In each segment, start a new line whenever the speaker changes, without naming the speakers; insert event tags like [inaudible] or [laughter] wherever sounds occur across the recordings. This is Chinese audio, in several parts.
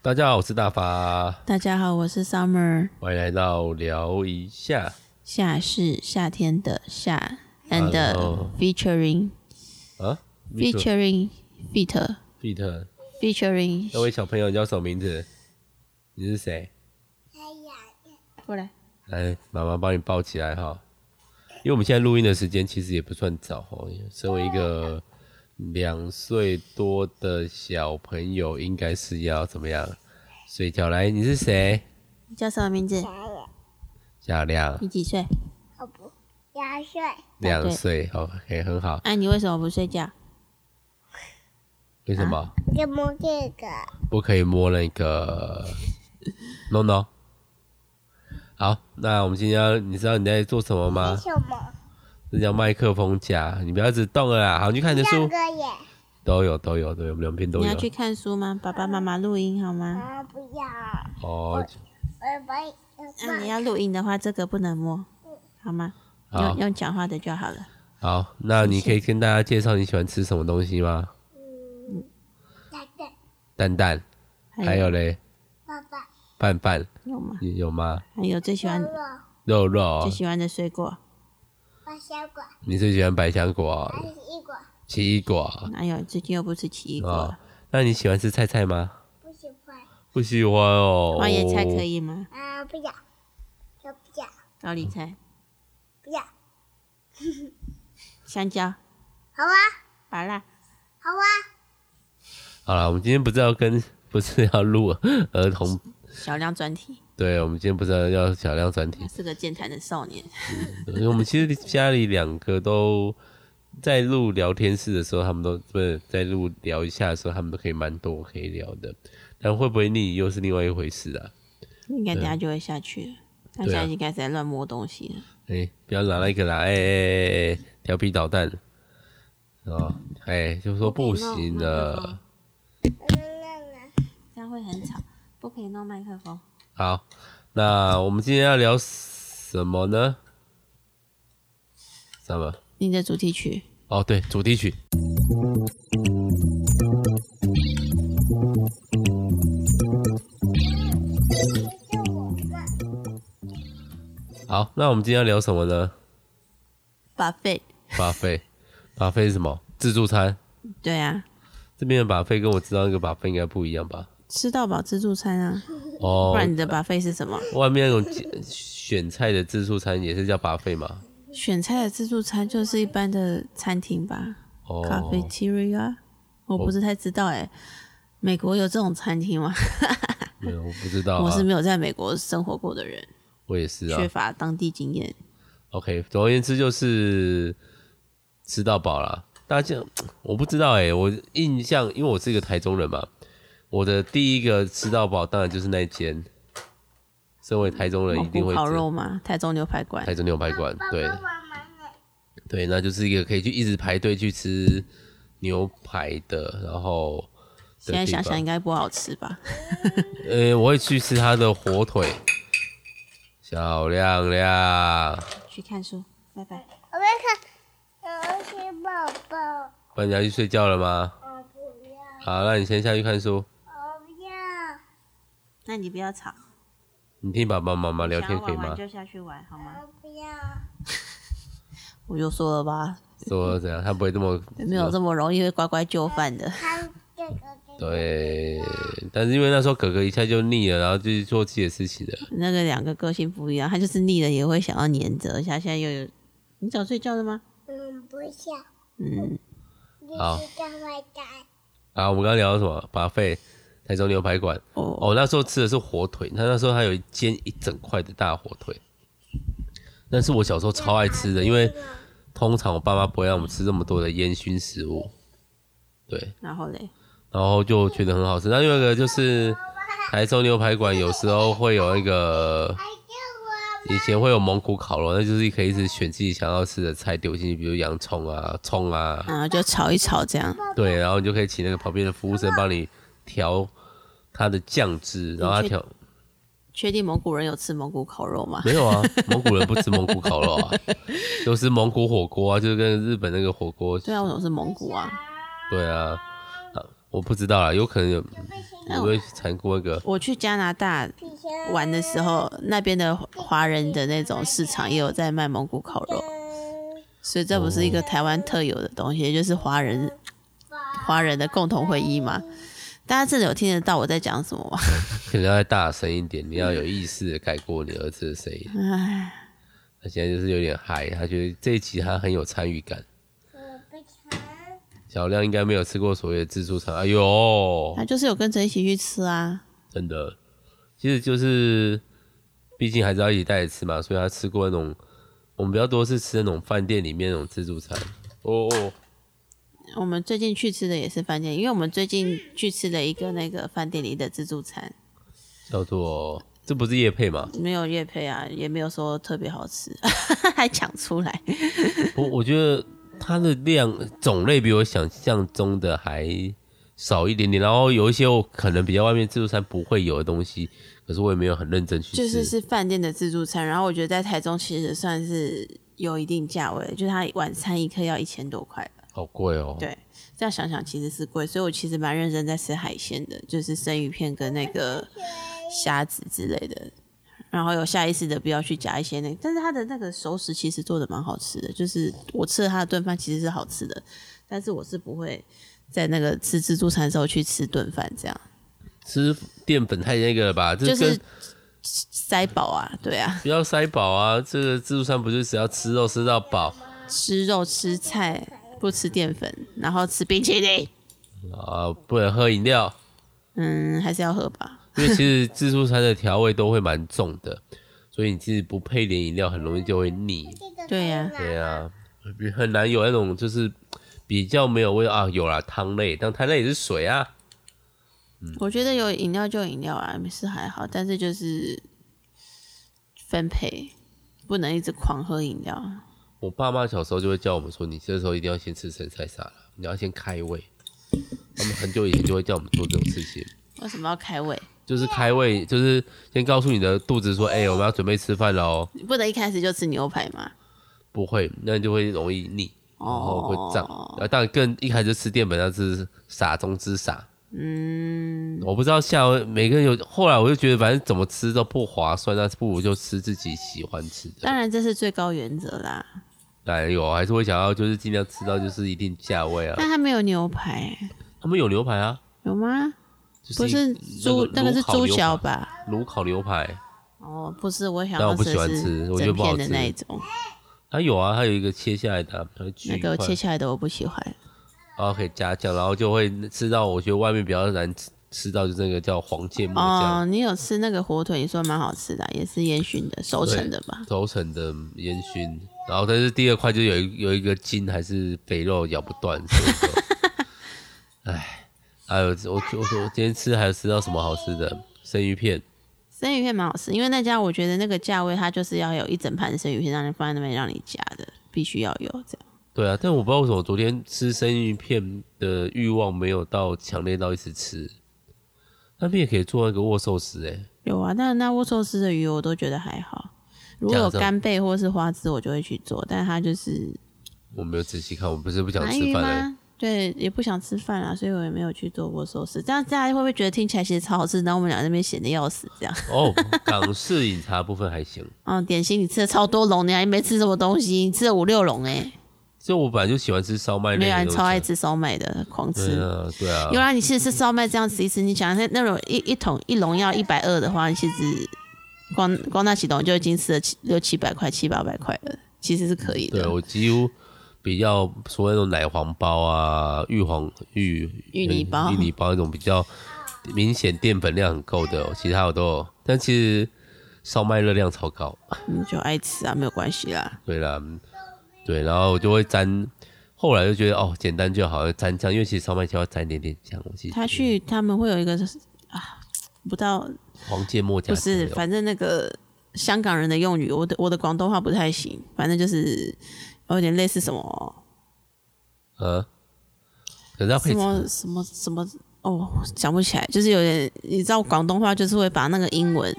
大家好，我是大发，
大家好，我是 Summer。
欢迎来到聊一下。
夏是夏天的夏，and
Hello
featuring
啊
featuring feat
Peter，那
featuring
位小朋友叫什么名字？你是谁？
过来，
来，妈妈帮你抱起来哈。因为我们现在录音的时间其实也不算早哦，身为一个两岁多的小朋友，应该是要怎么样睡觉？来，你是谁？
你叫什么名字？
我
小亮，
你几岁？
不要睡，
两岁，OK，很哦好。
哎、你为什么不睡觉？
为什么、
就摸这个。
不可以摸那
[laughs]
个 no no？好，那我们今天要，你知道你在做什么
为
吗？
什么？
这叫麦克风架，你不要一直动了啦。好，你去看你的
这
书，
个也，
都有都有都有，我们两边都
你要
有。
去看书吗？爸爸妈妈录音好吗？
啊，不要，
哦，
我把你
那、啊你要录音的话，这个不能摸，好吗？
好
用用讲话的就好了。
好，那你可以跟大家介绍你喜欢吃什么东西吗？
大大
蛋蛋，
哎
还有嘞，
爸爸，
拌饭
有吗？
你有吗？
还有最喜欢
我
肉肉哦
最，喜欢的水果，
我小果，
你最喜欢百香果哦、
还是一果，
奇异果哦
哪有？最近又不吃奇异果
哦
了，。
那你喜欢吃菜菜吗？
不喜欢
不喜欢哦。
花椰菜可以吗？
啊，不要，我不要，
高丽菜、
不要，
香蕉、
好啊，
芭乐。
好啊，
好了，我们今天不是要跟， [laughs] 不是要录儿童，
小量专题，
对，我们今天不是要要小量专题
他，是个健谈的少年。
因为我们其实家里两个都在录聊天室的时候，他们都不是在录聊一下的时候，他们都可以蛮多可以聊的，但会不会腻又是另外一回事啊。
应该等下就会下去了。他现在应该在乱摸东西了。
哎、不要拿那个啦，哎哎哎哎，调皮捣蛋，哦，哎、就说不行了。
嗯那那
这样会很吵，不可以弄麦克风。
好，哦那我们今天要聊什么呢？什么？
你的主题曲
哦，对，主题曲。
这是我们
好，那我们今天要聊什么呢？ [laughs]
，buffet，
巴菲，巴菲是什么？自助餐。
对啊，
这边的巴菲跟我知道那个巴菲应该不一样吧？
吃到饱自助餐啊，
哦
不，然你的 buffet 是什么？
外面那种选 [laughs] 选菜的自助餐也是叫巴菲嘛？
选菜的自助餐就是一般的餐厅吧
哦，
，cafeteria，我不是太知道哎、美国有这种餐厅吗？
没有，我不知道、啊。
[laughs] 我是没有在美国生活过的人，
我也是
缺
啊。
乏当地经验。
OK，总而言之就是吃到饱啦。大家，我不知道哎、我印象，因为我是一个台中人嘛，我的第一个吃到饱当然就是那一间。身为台中人，一
蒙
定
古
会
烤
知
肉嘛，台中牛排馆
台，中牛排馆，
啊
对。
爸爸妈妈
对，那就是一个可以去一直排队去吃牛排的，然后
现在想想应该不好吃吧？
呃，我会去吃它的火腿。小亮亮，
去看书，拜拜。
我们看，我是宝宝，
不然你要去睡觉了吗？
我不要，
好，那你先下去看书，
我不要，
那你不要吵，
你听爸爸妈妈聊天可以
想要玩
吗
玩？就下去玩好吗？
我不要。
我就说了吧，
说怎样，他不会这么
没有这么容易会乖乖就范的。
看这个这个，
对，但是因为那时候哥哥一下就腻了，然后就去做自己的事情了。
那个两个个性不一样，他就是腻了也会想要黏着，而且他现在又有。你早睡觉了吗？
嗯，不像，
嗯，
你
好
是干嘛的？
啊，我们刚刚聊到什么？巴菲台中牛排馆。
哦，
哦，那时候吃的是火腿，他那时候还有一煎一整块的大火腿，那是我小时候超爱吃的，因为通常我爸妈不会让我们吃这么多的烟熏食物，对，
然后嘞，
然后就觉得很好吃。那另外一个
哎
就是台中牛排馆，有时候会有那个
还叫我
以前会有蒙古烤肉，那就是可以一直选自己想要吃的菜丢进去，比如洋葱啊、葱啊，
然后就吵一吵这样，
对，然后你就可以请那个旁边的服务生帮你调它的酱汁，然后他
你确
调。
确定蒙古人有吃蒙古烤肉吗？
没有啊，蒙古人不吃蒙古烤肉啊，都是蒙古火锅啊，就是跟日本那个火锅。
对啊，我总是蒙古啊，
对啊，啊我不知道啦，有可能有
不行，
有没有缠过那个
我去加拿大
皮箱
玩的时候，那边的华人的那种市场也有在卖蒙古烤肉，
嗯
所以这不是一个台湾特有的东西，也就是华人华人的共同回忆嘛。大家真的有听得到我在讲什么吗？
可能要再大声一点，你要有意识的改过你儿子的声音。
唉，
他现在就是有点嗨，他觉得这一集他很有参与感。
我不馋，
小亮应该没有吃过所谓的自助餐，哎呦
他，就是有跟着一起去吃啊。
真的，其实就是，毕竟还是要一起带着吃嘛，所以他吃过那种，我们比较多是吃那种饭店里面那种自助餐。哦哦，
我们最近去吃的也是饭店，因为我们最近去吃了一个那个饭店里的自助餐，
叫做这不是夜配吗？
没有乐配啊，也没有说特别好吃， [laughs] 还讲出来。
我我觉得它的量种类比我想象中的还少一点点，然后有一些我可能比较外面自助餐不会有的东西，可是我也没有很认真去吃。
就是是饭店的自助餐，然后我觉得在台中其实算是有一定价位，就是它晚餐一客要一千多块了
好贵哦。
对，这样想想其实是贵，所以我其实蛮认真在吃海鲜的，就是生鱼片跟那个虾子之类的。然后有下意识的不要去夹一些那个，但是它的那个熟食其实做的蛮好吃的，就是我吃了它的炖饭其实是好吃的，但是我是不会在那个吃自助餐的时候去吃炖饭这样，
吃淀粉太那个了吧？这
就
跟
是塞饱啊，对啊。
不要塞饱啊！这个自助餐不就只要吃肉吃到饱
吃肉吃菜，不吃淀粉，然后吃冰淇淋，
啊？不能喝饮料，
嗯，还是要喝吧。
因为其实自助餐的调味都会蛮重的，所以你其实不配点饮料，很容易就会腻。
这个
对呀
可以吗
对啊，很难有那种就是比较没有味道啊。有啦，汤类，但汤类也是水啊。
我觉得有饮料就有饮料啊，没事还好，但是就是分配，不能一直狂喝饮料。
我爸妈小时候就会叫我们说，你这时候一定要先吃生菜沙拉，你要先开胃。他们很久以前就会叫我们做这种事情，
为什么要开胃？
就是开胃，就是先告诉你的肚子说，哎、我们要准备吃饭喽。
你不能一开始就吃牛排嘛？
不会，那就会容易腻，然后会胀。
哦
啊，当然更一开始就吃淀粉，那是傻中之傻。
嗯，
我不知道夏威每个人有，后来我就觉得反正怎么吃都不划算，那不如就吃自己喜欢吃的。
当然这是最高原则啦。
当然有，还是会想要就是尽量吃到就是一定价位啊。
但它没有牛排，
他们有牛排啊，
有吗？
就
不是
一
猪，那
那
个是猪
小
小，吧？
卤烤牛排。
哦，不是，我想
但我
要
不
吃
喜欢
的
吃
是
我觉得
整
不好
片的
吃
那一种。
它有啊，它有一个切下来的啊，它会锯
那
一
个
块，
切下来的我不喜欢。
然后可以加酱，然后就会吃到我觉得外面比较难吃吃到就是那个叫黄芥末酱。
哦，你有吃那个火腿，你说蛮好吃的啊、也是烟熏的、熟成的吧？
轴承的烟熏，然后但是第二块就有一有一个筋还是肥肉咬不断，所以就唉，哎呦，我我我今天吃还有吃到什么好吃的？生鱼片，
生鱼片蛮好吃，因为那家我觉得那个价位，它就是要有一整盘生鱼片让你放在那边让你夹的，必须要有这样。
对啊，但我不知道为什么昨天吃生鱼片的欲望没有到强烈到一直吃。那边也可以做那个握寿司哎、
有啊，但是那握寿司的鱼我都觉得还好。如果有
这样子
干贝或是花枝，我就会去做，但它就是
我没有仔细看，我不是不想
鳗
吃
鱼
饭哎、
吗？对，也不想吃饭啊啦，所以我也没有去做握寿司。这样大家会不会觉得听起来其实超好吃？然后我们俩在那边闲的要死，这样。
哦，港式饮茶部分还行，
嗯，点心你吃了超多笼，你还没吃什么东西，你吃了五六笼哎、
就我本来就喜欢吃烧麦
没
类
有
的
人
东西，
超爱吃烧麦的，狂
对
吃。
啊，对啊，
有啦，你其实是烧麦这样吃一吃，你想那那种一一桶一笼要一百二的话，你其实光光那几桶就已经吃了七六七百块、七八百块了，其实是可以
对
的。
我几乎比较所谓那种奶黄包啊、玉黄玉
芋泥包
芋泥包那种比较明显淀粉量很够的，其他我都有。但其实烧麦热量超高，
你就爱吃啊，没有关系啦。
对啦，嗯对，然后我就会沾。后来就觉得哦，简单就好，沾酱，因为其实烧麦就要沾一点点酱。我记得
他去他们会有一个就是啊，不到
黄芥末加
不是，
酱油
反正那个香港人的用语，我的我的广东话不太行，反正就是有点类似什么
呃，可是要配
什么什么什么哦，想不起来，就是有点，你知道广东话就是会把那个英文，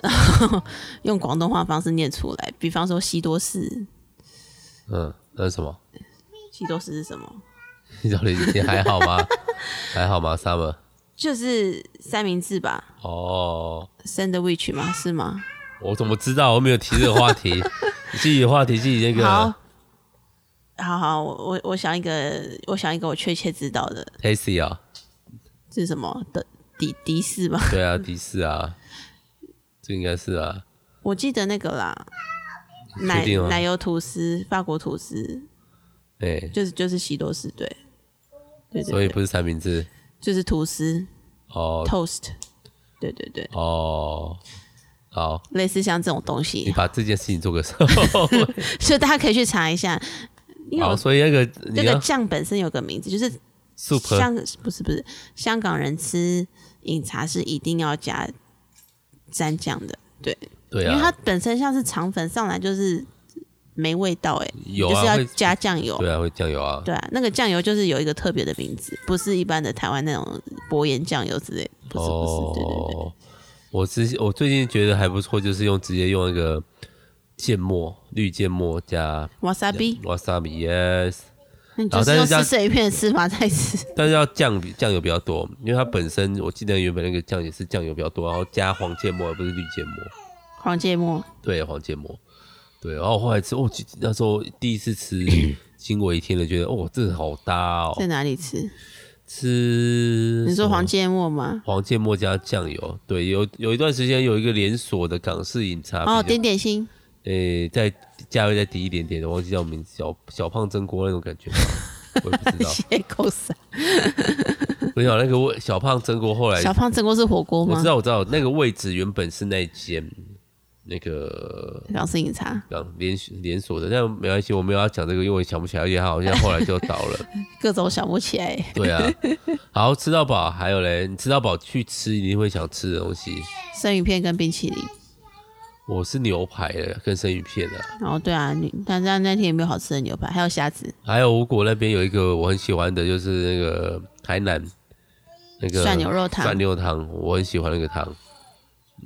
然后用广东话方式念出来。比方说西多士，
嗯，那是什么？ [laughs]
西多士是什么？
小林，你还好
[laughs]
吗？还好吗，Summer？
就是三明治吧
哦，
，sandwich 吗？是吗？
我怎么知道？我没有提这个话
[laughs]
题，你自己的话题自己那
好
个，
好好，我我我想一个，我想一个我确切知道的
Tasty 啊，
是什么的迪迪士吗？ [laughs]
对啊，迪士啊，这应该是啊，
我记得那个啦，奶
确定吗
奶油吐司，法国吐司，
哎、
就是就是西多士，对，对对对，
所以不是三明治
就是吐司
哦
toast，对对对，
哦，好，
类似像这种东
你
西，
把这件事情做
[laughs]
个收尾
所以大家可以去查一下，因为
好，
我
所以那个你
那个
要
酱本身有个名字，就是香
soup
不是不是香港人吃饮茶是一定要加蘸酱的，对，
对
因为它
啊，
本身像是肠粉上来就是没味道、欸，哎、
有
就是
啊
要
会
加酱油，
对啊，会酱油啊，
对啊，那个酱油就是有一个特别的名字，不是一般的台湾那种薄盐酱油之类的，不是不是，对对对，
哦，我之我最近觉得还不错，就是用直接用那个芥末绿芥末加
wasabi，
wasabi yes，
那
然
你就
后但
是
是
用
这样
撕碎一片的吃法再吃，
但是要酱比酱油比较多，因为它本身我记得原本那个酱也是酱油比较多，然后加黄芥末而不是绿芥末，
黄芥末，
对黄芥末，对，然后我后来吃，哦，记那时候第一次吃，惊为天人，觉得哦，这个好搭哦，
在哪里吃？
吃
你
什
说
么
黄芥末吗？
黄芥末加酱油，对，有有一段时间有一个连锁的港式饮茶，
哦，
比较
点点心，
诶、再价位再低一点点的，忘记叫名字，小小胖蒸锅那种感觉吧，我也不
[laughs]
知道。
谢口水。
没有那个味小胖蒸锅后来
小胖蒸锅是火锅
哎我
吗
知？道，我知道，那个位置原本是那一间那个
港式饮茶，
港呃连锁连锁的，但没关系，我没有要讲这个，因为我想不起来，而且它好像后来就倒 [laughs] 了。
各种想不起来。
对啊，好吃到饱，还有嘞，你吃到饱去吃一定会想吃的东西，
生鱼片跟冰淇淋，
我是牛排的跟生鱼片的，
然后对啊，你但但那天有没有好吃的牛排？还有虾子、
还有五谷那边有一个我很喜欢的，就是那个台南那个
涮牛肉汤
涮牛肉汤我很喜欢那个汤。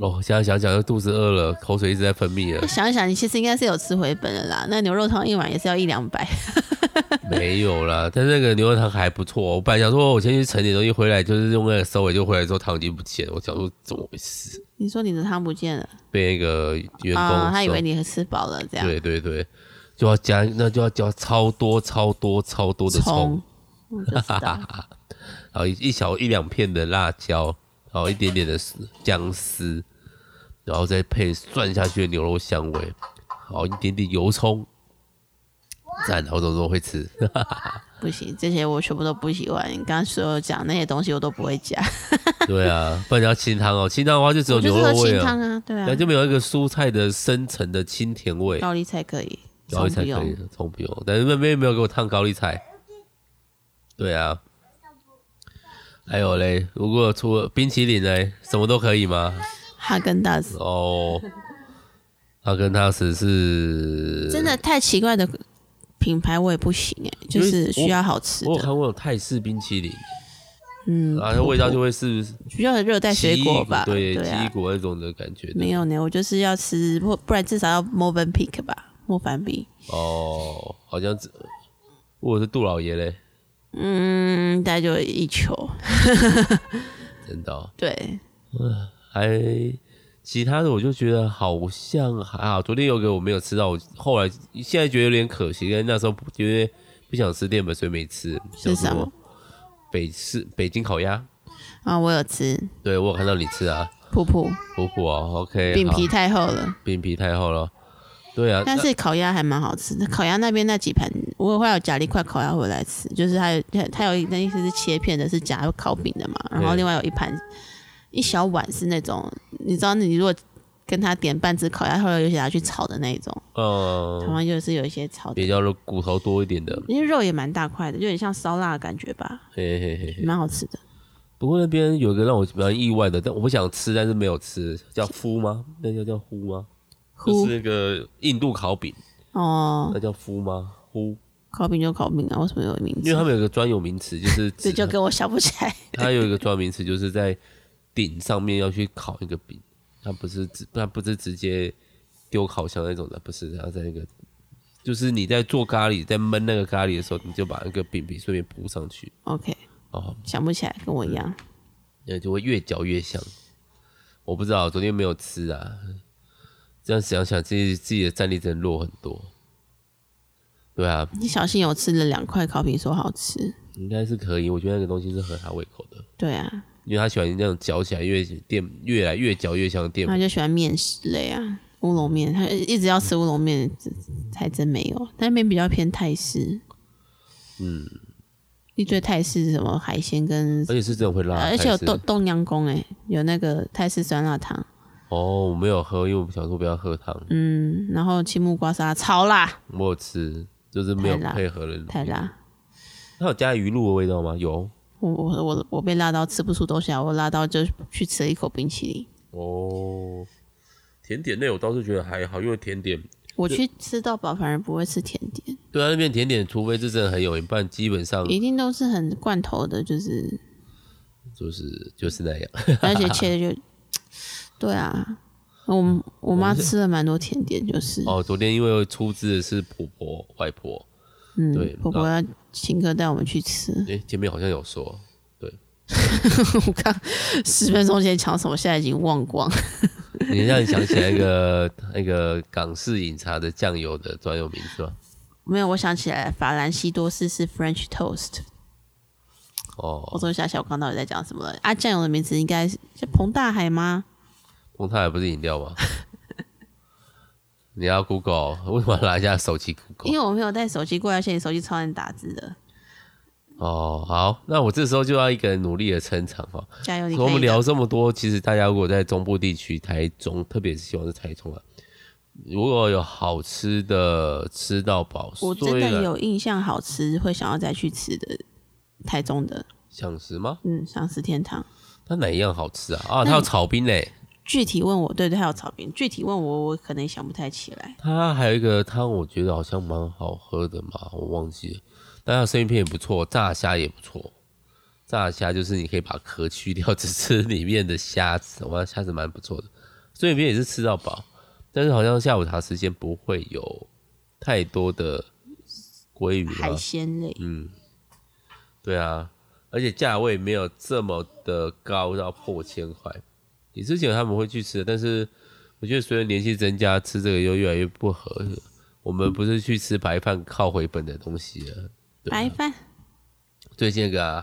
哦，现在想想又肚子饿了，口水一直在分泌了。
[laughs] 想一想，你其实应该是有吃回本了啦。那牛肉汤一碗也是要一两百， [laughs]
没有啦，但那个牛肉汤还不错。我本来想说，我先去盛点东西回来，就是用那个收尾，就回来之后汤已经不见了。我想说怎么回事？
你说你的汤不见了
被那个员工
啊、他以
收
为你吃饱了这样。
对对对，就要加，那就要加超多超多超多的葱
葱，， [laughs] 我就知道。
然后一一小一两片的辣椒，然后一点点的姜丝，然后再配涮下去的牛肉香味，然后一点点油葱，赞！我怎么都会
[laughs]
吃？
不行，这些我全部都不喜欢。你刚刚所有讲那些东西我都不会加，
对啊，不然你要清汤哦，清汤的话就 [laughs] 只有
我就
牛
是喝
肉味
清
啊
汤。啊，对啊
那，就没有一个蔬菜的深层的清甜味，
高丽菜可以，
高丽
哦葱哦
菜
不
可以
用。，
葱不用，哦但是那边没有给我烫高丽菜。对啊，还有嘞，如果除了冰淇淋嘞，什么都可以吗？
哈根达斯
哦，阿根达斯是
真的太奇怪的品牌我也不行哎、就是需要好吃
我有
的，
看过有泰式冰淇淋，
嗯，
然后味道就会是
需要热带
奇
水
异
果
果，
吧，
对，
对
奇
啊
异，果那种的感觉。
没有呢，我就是要吃，不不然至少要 m o v e n Pick 吧，莫凡比，
哦，好像是，如果是杜老爷嘞，
嗯，大概就一
[laughs]
球，
真的哦、
对，
还哎其他的我就觉得好像还好。昨天有个我没有吃到，我后来现在觉得有点可惜，但是那时候不因为不想吃淀粉，所以没吃。
是什
叫
么
做北市北京烤鸭，
啊，我有吃，
对我有看到你吃啊，
噗噗，
普普哦，OK，
饼皮
好
太厚了。
饼皮太厚了，对啊，
但是烤鸭还蛮好吃的，烤鸭那边那几盘，我后来有夹了一块烤鸭回来吃，就是它有它它有一那意思是切片的，是夹烤饼的嘛，然后
对
另外有一盘一小碗是那种，你知道你如果跟他点半只烤鸭，后来有些拿去炒的那一种，
那
台
嗯，
湾就是有一些炒的
比，较骨头多一点的，
因为肉也蛮大块的，就有点像烧腊的感觉吧，
嘿嘿嘿嘿。
蛮好吃的。
不过那边有一个让我蛮意外的，但我不想吃，但是没有吃，叫麸吗？那叫叫麸吗？就
呼
是那个印度烤饼，
哦，
那叫麸吗？麸。
烤饼就烤饼啊，为什么有名
因为
字？
他们有个专有名词，就是
这就跟我想不起
[laughs]
来。
它有一个专有名词，就是在顶上面要去烤一个饼，它不是直，它不是直接丢烤箱那种的，不是，它在那个就是你在做咖喱，在焖那个咖喱的时候，你就把那个饼皮顺便铺上去
OK，
哦，
想不起来，跟我一样。
那就会越嚼越香。我不知道，昨天没有吃啊。这样想想，自己自己的战力真的弱很多。对啊，
你小心有吃了两块烤饼，说好吃。
应该是可以。我觉得那个东西是合他胃口的，
对啊，
因为他喜欢那种嚼起来越淀越来越嚼越香的淀
他
粉。
就喜欢面食类啊，乌龙面，他一直要吃乌龙面，还真没有。那边比较偏泰式，
嗯，
一堆泰式什么海鲜跟，
而
呃
且是真的会辣，
啊而且有
还是
豆豆娘宫哎，有那个泰式酸辣汤，
哦，我没有喝，因为我想说不要喝汤。
嗯，然后青木瓜沙超辣，
我有吃，就是没有
太辣
配合了。
太辣。
它有加鱼露的味道吗？有
我我我我被辣到吃不出东西啊来，我辣到就去吃了一口冰淇淋。
哦。甜点类我倒是觉得还好，因为甜点
我去吃到饱，反而不会吃甜点，
对啊那边甜点，除非是真的很有名，不然基本上
一定都是很罐头的，就是
就是就是那样。
而且切的就，对啊，我们我妈吃了蛮多甜点，就是，
哦，昨天因为出资的是婆婆外婆，对
嗯，婆婆要请客带我们去吃，
诶，哎前面好像有说，
[laughs] 我刚十分钟前讲什么，现在已经忘光。 [laughs]
你让你想起来一个 [laughs] 那个港式饮茶的酱油的专有名是吧？
没有，我想起来，法兰西多士是 French toast。我
哦，
终于想起来我刚到底在讲什么了。啊，酱油的名字应该是叫彭大海吗？
红塔还不是饮料吗？ [laughs] 你要 Google，为什么要拿一下手机
因
Google？
为我没有带手机过来，而且你手机超难打字的。
哦，好，那我这时候就要一个人努力的撑场哈。
加油，你可以
我们
的
聊这么多，其实大家如果在中部地区，台中，特别是希望是台中啊，如果有好吃的吃到饱，
我真
虽然
的有印象，好吃会想要再去吃的台中的，
想吃吗？
嗯，想吃天堂。
它哪一样好吃啊？啊，
那
它有
你
炒冰嘞，
具体问我，对对，还有炒饼。具体问我，我可能想不太起来。
它还有一个汤，我觉得好像蛮好喝的嘛，我忘记了。但它生鱼片也不错，炸虾也不错。炸虾就是你可以把壳去掉，只吃里面的虾子，哇，虾子蛮不错的。生鱼片也是吃到饱，但是好像下午茶时间不会有太多的鲑鱼啊
海
了。
鲜类，
嗯，对啊，而且价位没有这么的高到破千块。你之前他们会去吃的，但是我觉得随着年纪增加，吃这个又越来越不合了。我们不是去吃白饭靠回本的东西了。对
白
啊，
饭
最近那个、啊、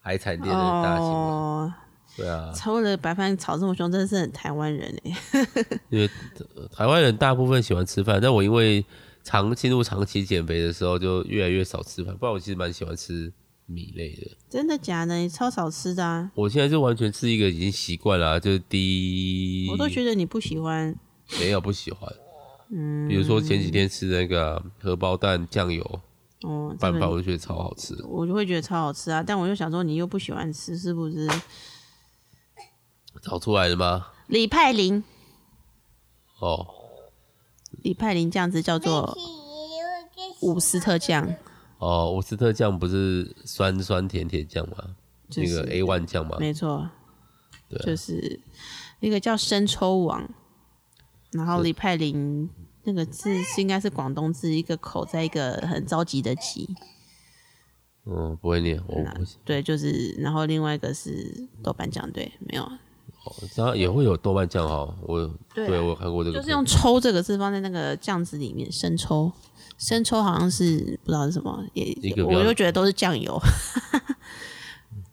海产店的大新闻，
哦，
对啊，
炒了白饭炒这么凶，真的是很台湾人哎。
因为呃台湾人大部分喜欢吃饭，但我因为长进入长期减肥的时候，就越来越少吃饭。不然我其实蛮喜欢吃米类的。
真的假的？你超少吃的啊！
我现在是完全是一个已经习惯了啊、就是低，
我都觉得你不喜欢。
没有不喜欢。
嗯，
比如说前几天吃那个啊荷包蛋酱油
哦，这
拌
个
饭，我就觉得超好吃。
我就会觉得超好吃啊，但我又想说你又不喜欢吃，是不是？
找出来了吗？
李派林，
哦
李派林酱汁叫
哎
做伍斯特酱，
哦，伍斯特酱不是酸酸甜甜酱吗？
就
那
是
个 A one 酱吗？
没错，
对啊
就是一个叫生抽王，然后李派林那个字是应该是广东字，一个口在一个很着急的急，
嗯，不会念，我不行。
对，就是然后另外一个是豆瓣酱，对，没有，啊
哦当然也会有豆瓣酱哈，我
对啊
对我有看过这个
就
片，
是用“抽”这个字放在那个酱汁里面，生抽，生抽好像是不知道是什么，也
一个比较
我就觉得都是酱油，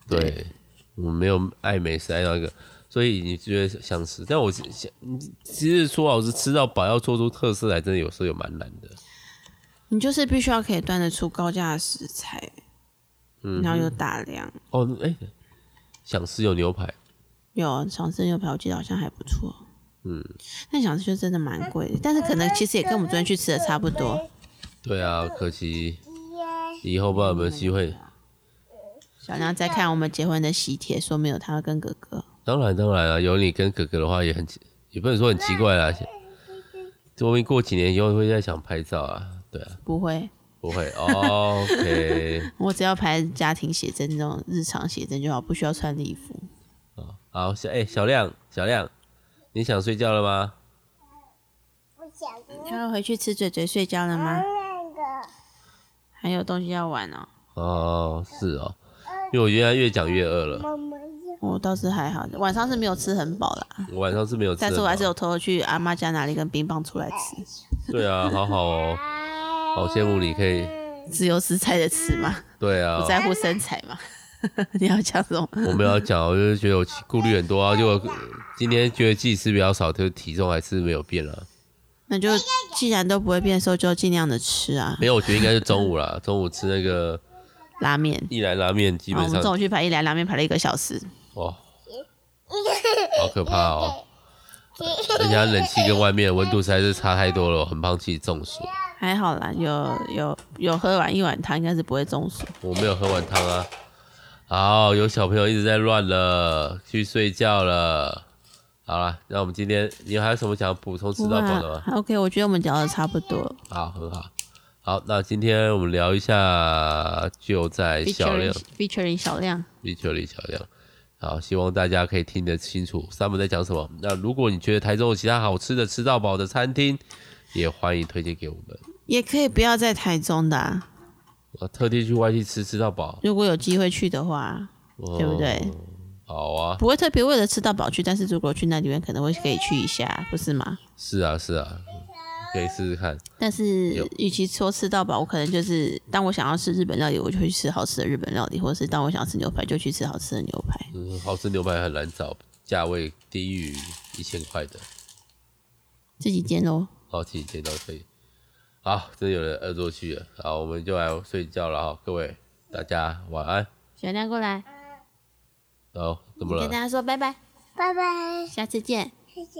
对，我没有爱美食爱到一个，所以你觉得想吃，但我是想，其实说老实，吃到饱要做出特色来，真的有时候也蛮难的。
你就是必须要可以端得出高价的食材，
嗯
然后又大量。
哦，哎、想吃有牛排，
有啊想吃牛排，我记得好像还不错。
嗯，
但想吃就真的蛮贵的，但是可能其实也跟我们昨天去吃的差不多。
对
[laughs]
啊，可惜以后不知道有没有机
嗯
会。
小梁在看我们结婚的喜帖，说没有他跟哥哥。
当然当然啊，有你跟哥哥的话也很奇，也不能说很奇怪啦，
啊
说不定过几年以后会再想拍照啊，对啊，
不会，
不
[laughs]
会，OK。
我只要拍家庭写真这种日常写真就好，不需要穿礼服。
好，小哎、小亮，小亮，你想睡觉了吗？
不想
他要回去吃嘴嘴睡觉了吗？
妈
还有东西要玩哦。
哦，是哦，因为我原来越讲越饿了，
呃妈妈要
我倒是还好，晚上是没有吃很饱啦，
我晚上是没有吃的
但
饱，
是我还是有偷偷去阿妈家拿了一根冰棒出来吃，
对啊，好好哦，好羡慕你可以，
自由自在的吃嘛，
对啊
不，在乎身材嘛。 [laughs] 你要讲什么？
我没有要讲，我就是觉得我顾虑很多啊，就今天觉得自己吃比较少，就体重还是没有变啊，
那就既然都不会变瘦，就尽量的吃啊
没。有，我觉得应该是中午啦，中午吃那个
拉面，
一兰拉面，基
啊，
本
我
上
们中午去排一来拉面排了一个小时，
哇，好可怕哦。人家冷气跟外面的温度实在是差太多了，我很怕自己中暑。
还好啦，有有有喝完一碗汤，应该是不会中暑。
我没有喝完汤啊。好，有小朋友一直在乱了，去睡觉了。好了，那我们今天你还有什么想补充吃到饱的吗？
还 OK，我觉得我们聊的差不多了。
好，很好。好，那今天我们聊一下就在小亮
featuring featuring 小亮，
，literally 小亮。好，希望大家可以听得清楚三本在讲什么。那如果你觉得台中有其他好吃的吃到饱的餐厅，也欢迎推荐给我们。
也可以不要在台中的、啊，
我特地去外地吃吃到饱，
如果有机会去的话，对不对
嗯？好啊，
不会特别为了吃到饱去，但是如果去那里面可能会可以去一下，不是吗？
是啊，是啊，可以试试看。
但
有
是与其说吃到饱，我可能就是当我想要吃日本料理，我就去吃好吃的日本料理，或是当我想吃牛排，就去吃好吃的牛排。
嗯，好吃牛排很难找，价位低于一千块的，
自己煎喽，
好，请你见到可以。好，真的有人恶作剧了，好，我们就来睡觉了哈，各位大家晚安。
小亮过来，
哦，怎么
跟大
了？
家说拜拜，
拜拜，
下次见。
谢谢，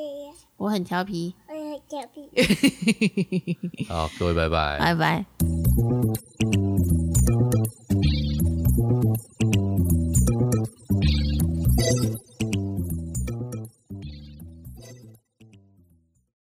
我很调皮，
我要讲屁。
好，各位拜拜。
拜拜。